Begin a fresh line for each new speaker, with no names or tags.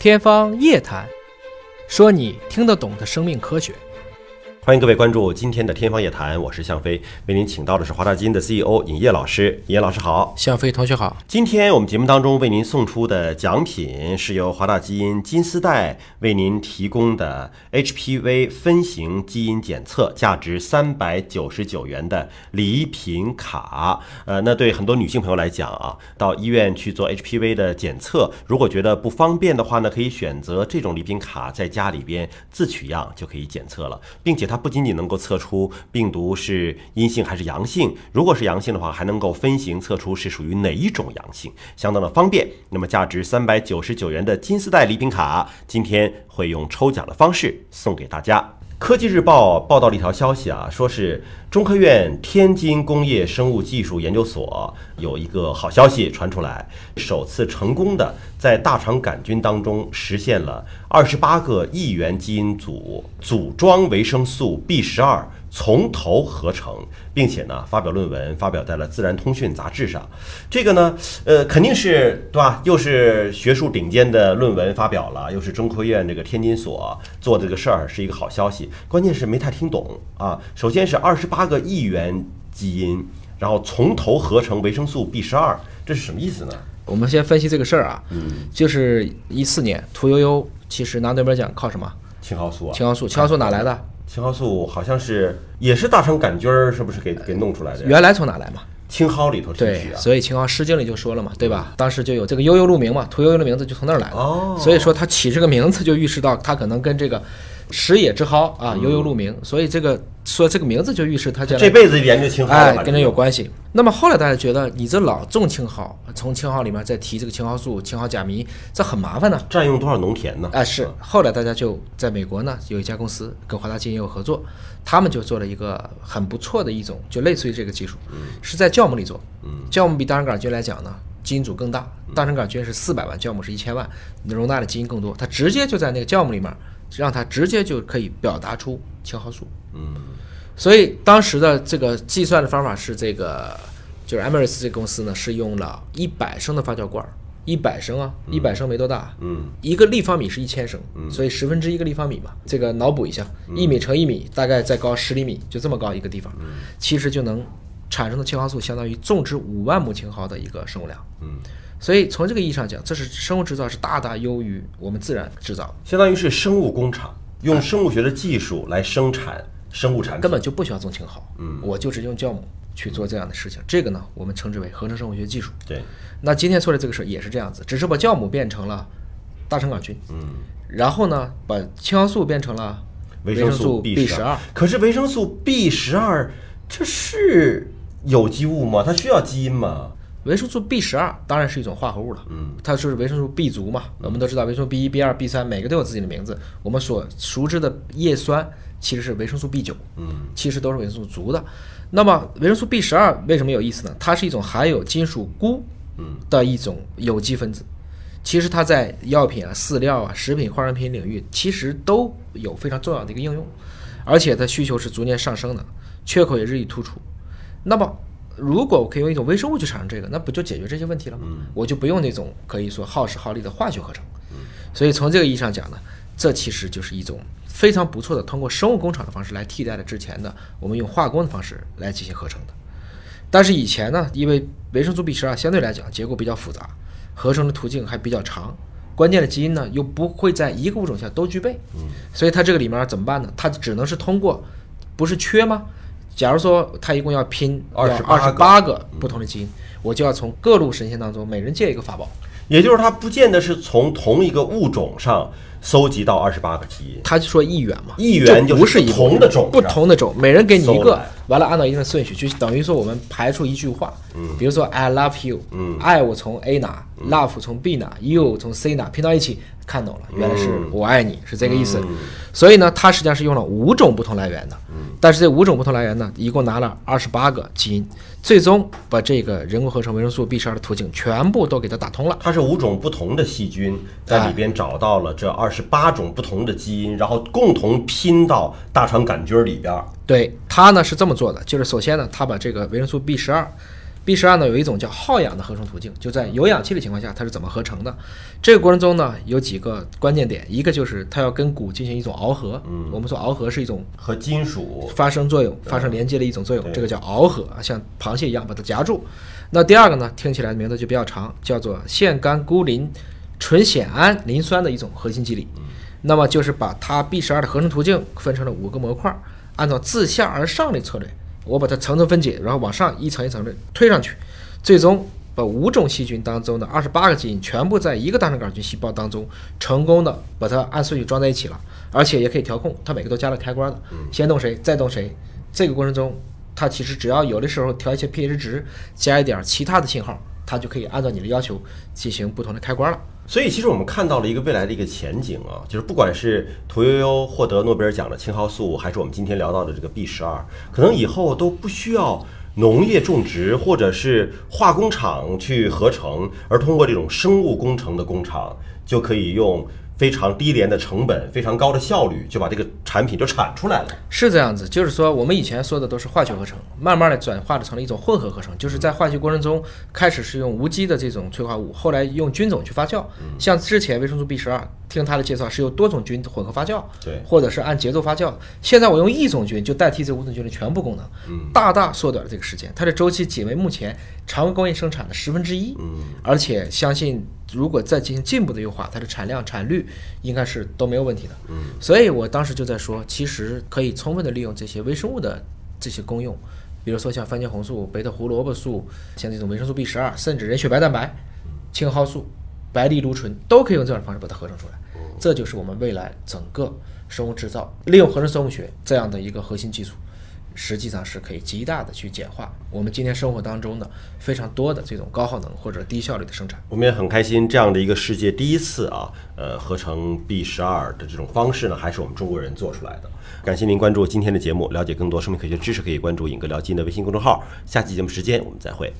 天方夜谭，说你听得懂的生命科学。
欢迎各位关注今天的《天方夜谭》，我是向飞，为您请到的是华大基因的 CEO 尹烨老师。尹烨老师好，
向飞同学好，
今天我们节目当中为您送出的奖品是由华大基因金丝带为您提供的 HPV 分型基因检测，价值三百九十九元的礼品卡。呃，那对很多女性朋友来讲啊，到医院去做 HPV 的检测，如果觉得不方便的话呢，可以选择这种礼品卡在家里边自取样就可以检测了，并且它不仅仅能够测出病毒是阴性还是阳性，如果是阳性的话，还能够分型测出是属于哪一种阳性，相当的方便。那么价值三百九十九元的金丝带礼品卡，今天会用抽奖的方式送给大家。科技日报报道了一条消息啊，说是中科院天津工业生物技术研究所有一个好消息传出来，首次成功的在大肠杆菌当中实现了二十八个亿元基因组组装维生素 B 十二从头合成，并且呢发表论文发表在了《自然通讯》杂志上。这个呢，呃，肯定是对吧？又是学术顶尖的论文发表了，又是中科院这个天津所做的这个事儿，是一个好消息。关键是没太听懂啊。首先是二十八个亿元基因，然后从头合成维生素 B 十二，这是什么意思呢？
我们先分析这个事儿啊，就是一四年屠呦呦其实拿诺贝尔奖靠什么？
青蒿素啊，
青蒿素，青蒿素哪来的？
青蒿素好像是也是大肠杆菌儿，是不是给给弄出来的呀？
原来从哪来嘛？
青蒿里头提
对
取，啊。
所以《秦皇诗经》里就说了嘛，对吧？当时就有这个悠悠鹿鸣嘛，屠呦呦的名字就从那儿来的。
哦
所以说他起这个名字就预示到他可能跟这个食野之蒿啊，悠悠鹿鸣，所以这个说这个名字就预示他将来
这辈子研究青蒿了
哎
吧，
跟这有关系。那么后来大家觉得你这老种青蒿，从青蒿里面再提这个青蒿素、青蒿甲醚，这很麻烦呢。
占用多少农田呢？
啊，是。后来大家就在美国呢，有一家公司跟华大基因有合作，他们就做了一个很不错的一种，就类似于这个技术，是在酵母里做。酵母比大肠杆菌来讲呢，基因组更大。大肠杆菌是四百万，酵母是一千万，容纳的基因更多。它直接就在那个酵母里面，让它直接就可以表达出青蒿素。
嗯
所以当时的这个计算的方法是这个，就是 Emirates 这个公司呢是用了一百升的发酵罐儿，一百升啊，一百升没多大，
嗯，
一个立方米是一千升，所以十分之一个立方米嘛，这个脑补一下，一米乘一米，大概再高十厘米，就这么高一个地方，其实就能产生的青蒿素相当于种植五万亩青蒿的一个生物量，
嗯，
所以从这个意义上讲，这是生物制造是大大优于我们自然制造的。
相当于是生物工厂，用生物学的技术来生产生物
啊
产
根
品。
本就不需要种青蒿，嗯，我就是用酵母去做这样的事情。这个呢，我们称之为合成生物学技术。
对，
那今天做的这个事儿也是这样子，只是把酵母变成了大肠杆菌，嗯，然后呢，把青蒿素变成了
维
生
生素
B
十
二。。
可是维生素 B 十二这是有机物吗？它需要基因吗？
维生素 B 十二当然是一种化合物了，嗯，它就是维生素 B 族嘛。我们都知道维生素 B 一、B 二、B 三每个都有自己的名字。我们所熟知的叶酸其实是维生素 B 九，嗯，其实都是维生素族的。那么维生素 B 十二为什么有意思呢？它是一种含有金属钴的一种有机分子。其实它在药品啊、饲料啊、食品、化妆品领域，其实都有非常重要的一个应用，而且它需求是逐年上升的，缺口也日益突出。那么，如果我可以用一种微生物去产生这个，那不就解决这些问题了吗？我就不用那种可以说耗时耗力的化学合成。所以从这个意义上讲呢，这其实就是一种非常不错的通过生物工厂的方式来替代了之前的我们用化工的方式来进行合成的。但是以前呢，因为维生素 B 十二相对来讲结构比较复杂，合成的途径还比较长，关键的基因呢又不会在一个物种下都具备，所以它这个里面怎么办呢？它只能是通过，不是缺吗？假如说它一共要拼
28
二十八个不同的基因，我就要从各路神仙当中每人借一个法宝，
也就是它不见得是从同一个物种上搜集到二十八个基因。
他就说一元嘛，
一元
就
就
不
是
是一
不同的种
不同的种，每人给你一
搜
个
来，
完了按照一定的顺序，就等于说我们排出一句话，
嗯
比如说 I love you，爱我从 A 哪，love 从 B 哪，you 从 C 哪拼到一起，看懂了，
嗯
原来是我爱你，是这个意思。所以呢，它实际上是用了五种不同来源的，
嗯
但是这五种不同来源呢，一共拿了二十八个基因，最终把这个人工合成维生素 B 十二的途径全部都给它打通了。
它是五种不同的细菌在
啊
里边找到了这二十八种不同的基因，然后共同拼到大肠杆菌里边儿。
对它呢是这么做的，就是首先呢，它把这个维生素 B 十二 B 十二呢有一种叫耗氧的合成途径，就在有氧气的情况下它是怎么合成的？这个过程中呢有几个关键点，一个就是它要跟钴进行一种螯合，嗯，我们说螯合是一种
和金属
发生作用、发生连接的一种作用，这个叫螯合，像螃蟹一样把它夹住。那第二个呢，听起来名字就比较长，叫做腺苷孤磷醇酰胺磷酸的一种核心机理。那么就是把它 B 十二的合成途径分成了五个模块，按照自下而上的策略，我把它层层分解，然后往上一层一层的推上去，最终把五种细菌当中的二十八个基因全部在一个大肠杆菌细胞当中成功的把它按顺序装在一起了，而且也可以调控，它每个都加了开关的，嗯先动谁再动谁，这个过程中它其实只要有的时候调一些 pH 值，加一点其他的信号，它就可以按照你的要求进行不同的开关了。
所以，其实我们看到了一个未来的一个前景啊，就是不管是屠呦呦获得诺贝尔奖的青蒿素，还是我们今天聊到的这个 B 十二，可能以后都不需要农业种植或者是化工厂去合成，而通过这种生物工程的工厂，就可以用非常低廉的成本、非常高的效率，就把这个产品就产出来了。
是这样子，就是说我们以前说的都是化学合成，慢慢的转化的成了一种混合合成，就是在化学过程中开始是用无机的这种催化物，后来用菌种去发酵。像之前维生素 B 十二，听他的介绍是由多种菌混合发酵，
对
或者是按节奏发酵。现在我用一种菌就代替这五种菌的全部功能，大大缩短了这个时间，它的周期仅为目前常规工业生产的十分之一。而且相信如果再进行进一步的优化，它的产量、产率应该是都没有问题的。所以我当时就在说，其实可以充分的利用这些微生物的这些功用，比如说像番茄红素、贝塔胡萝卜素，像这种维生素 B 十二，甚至人血白蛋白、青蒿素、白藜芦醇，都可以用这样的方式把它合成出来。这就是我们未来整个生物制造利用合成生物学这样的一个核心技术。实际上是可以极大的去简化我们今天生活当中的非常多的这种高耗能或者低效率的生产。
我们也很开心，这样的一个世界第一次啊，呃，合成 B 十二的这种方式呢，还是我们中国人做出来的。感谢您关注今天的节目，了解更多生命科学知识，可以关注“尹哥聊基因”的微信公众号。下期节目时间我们再会。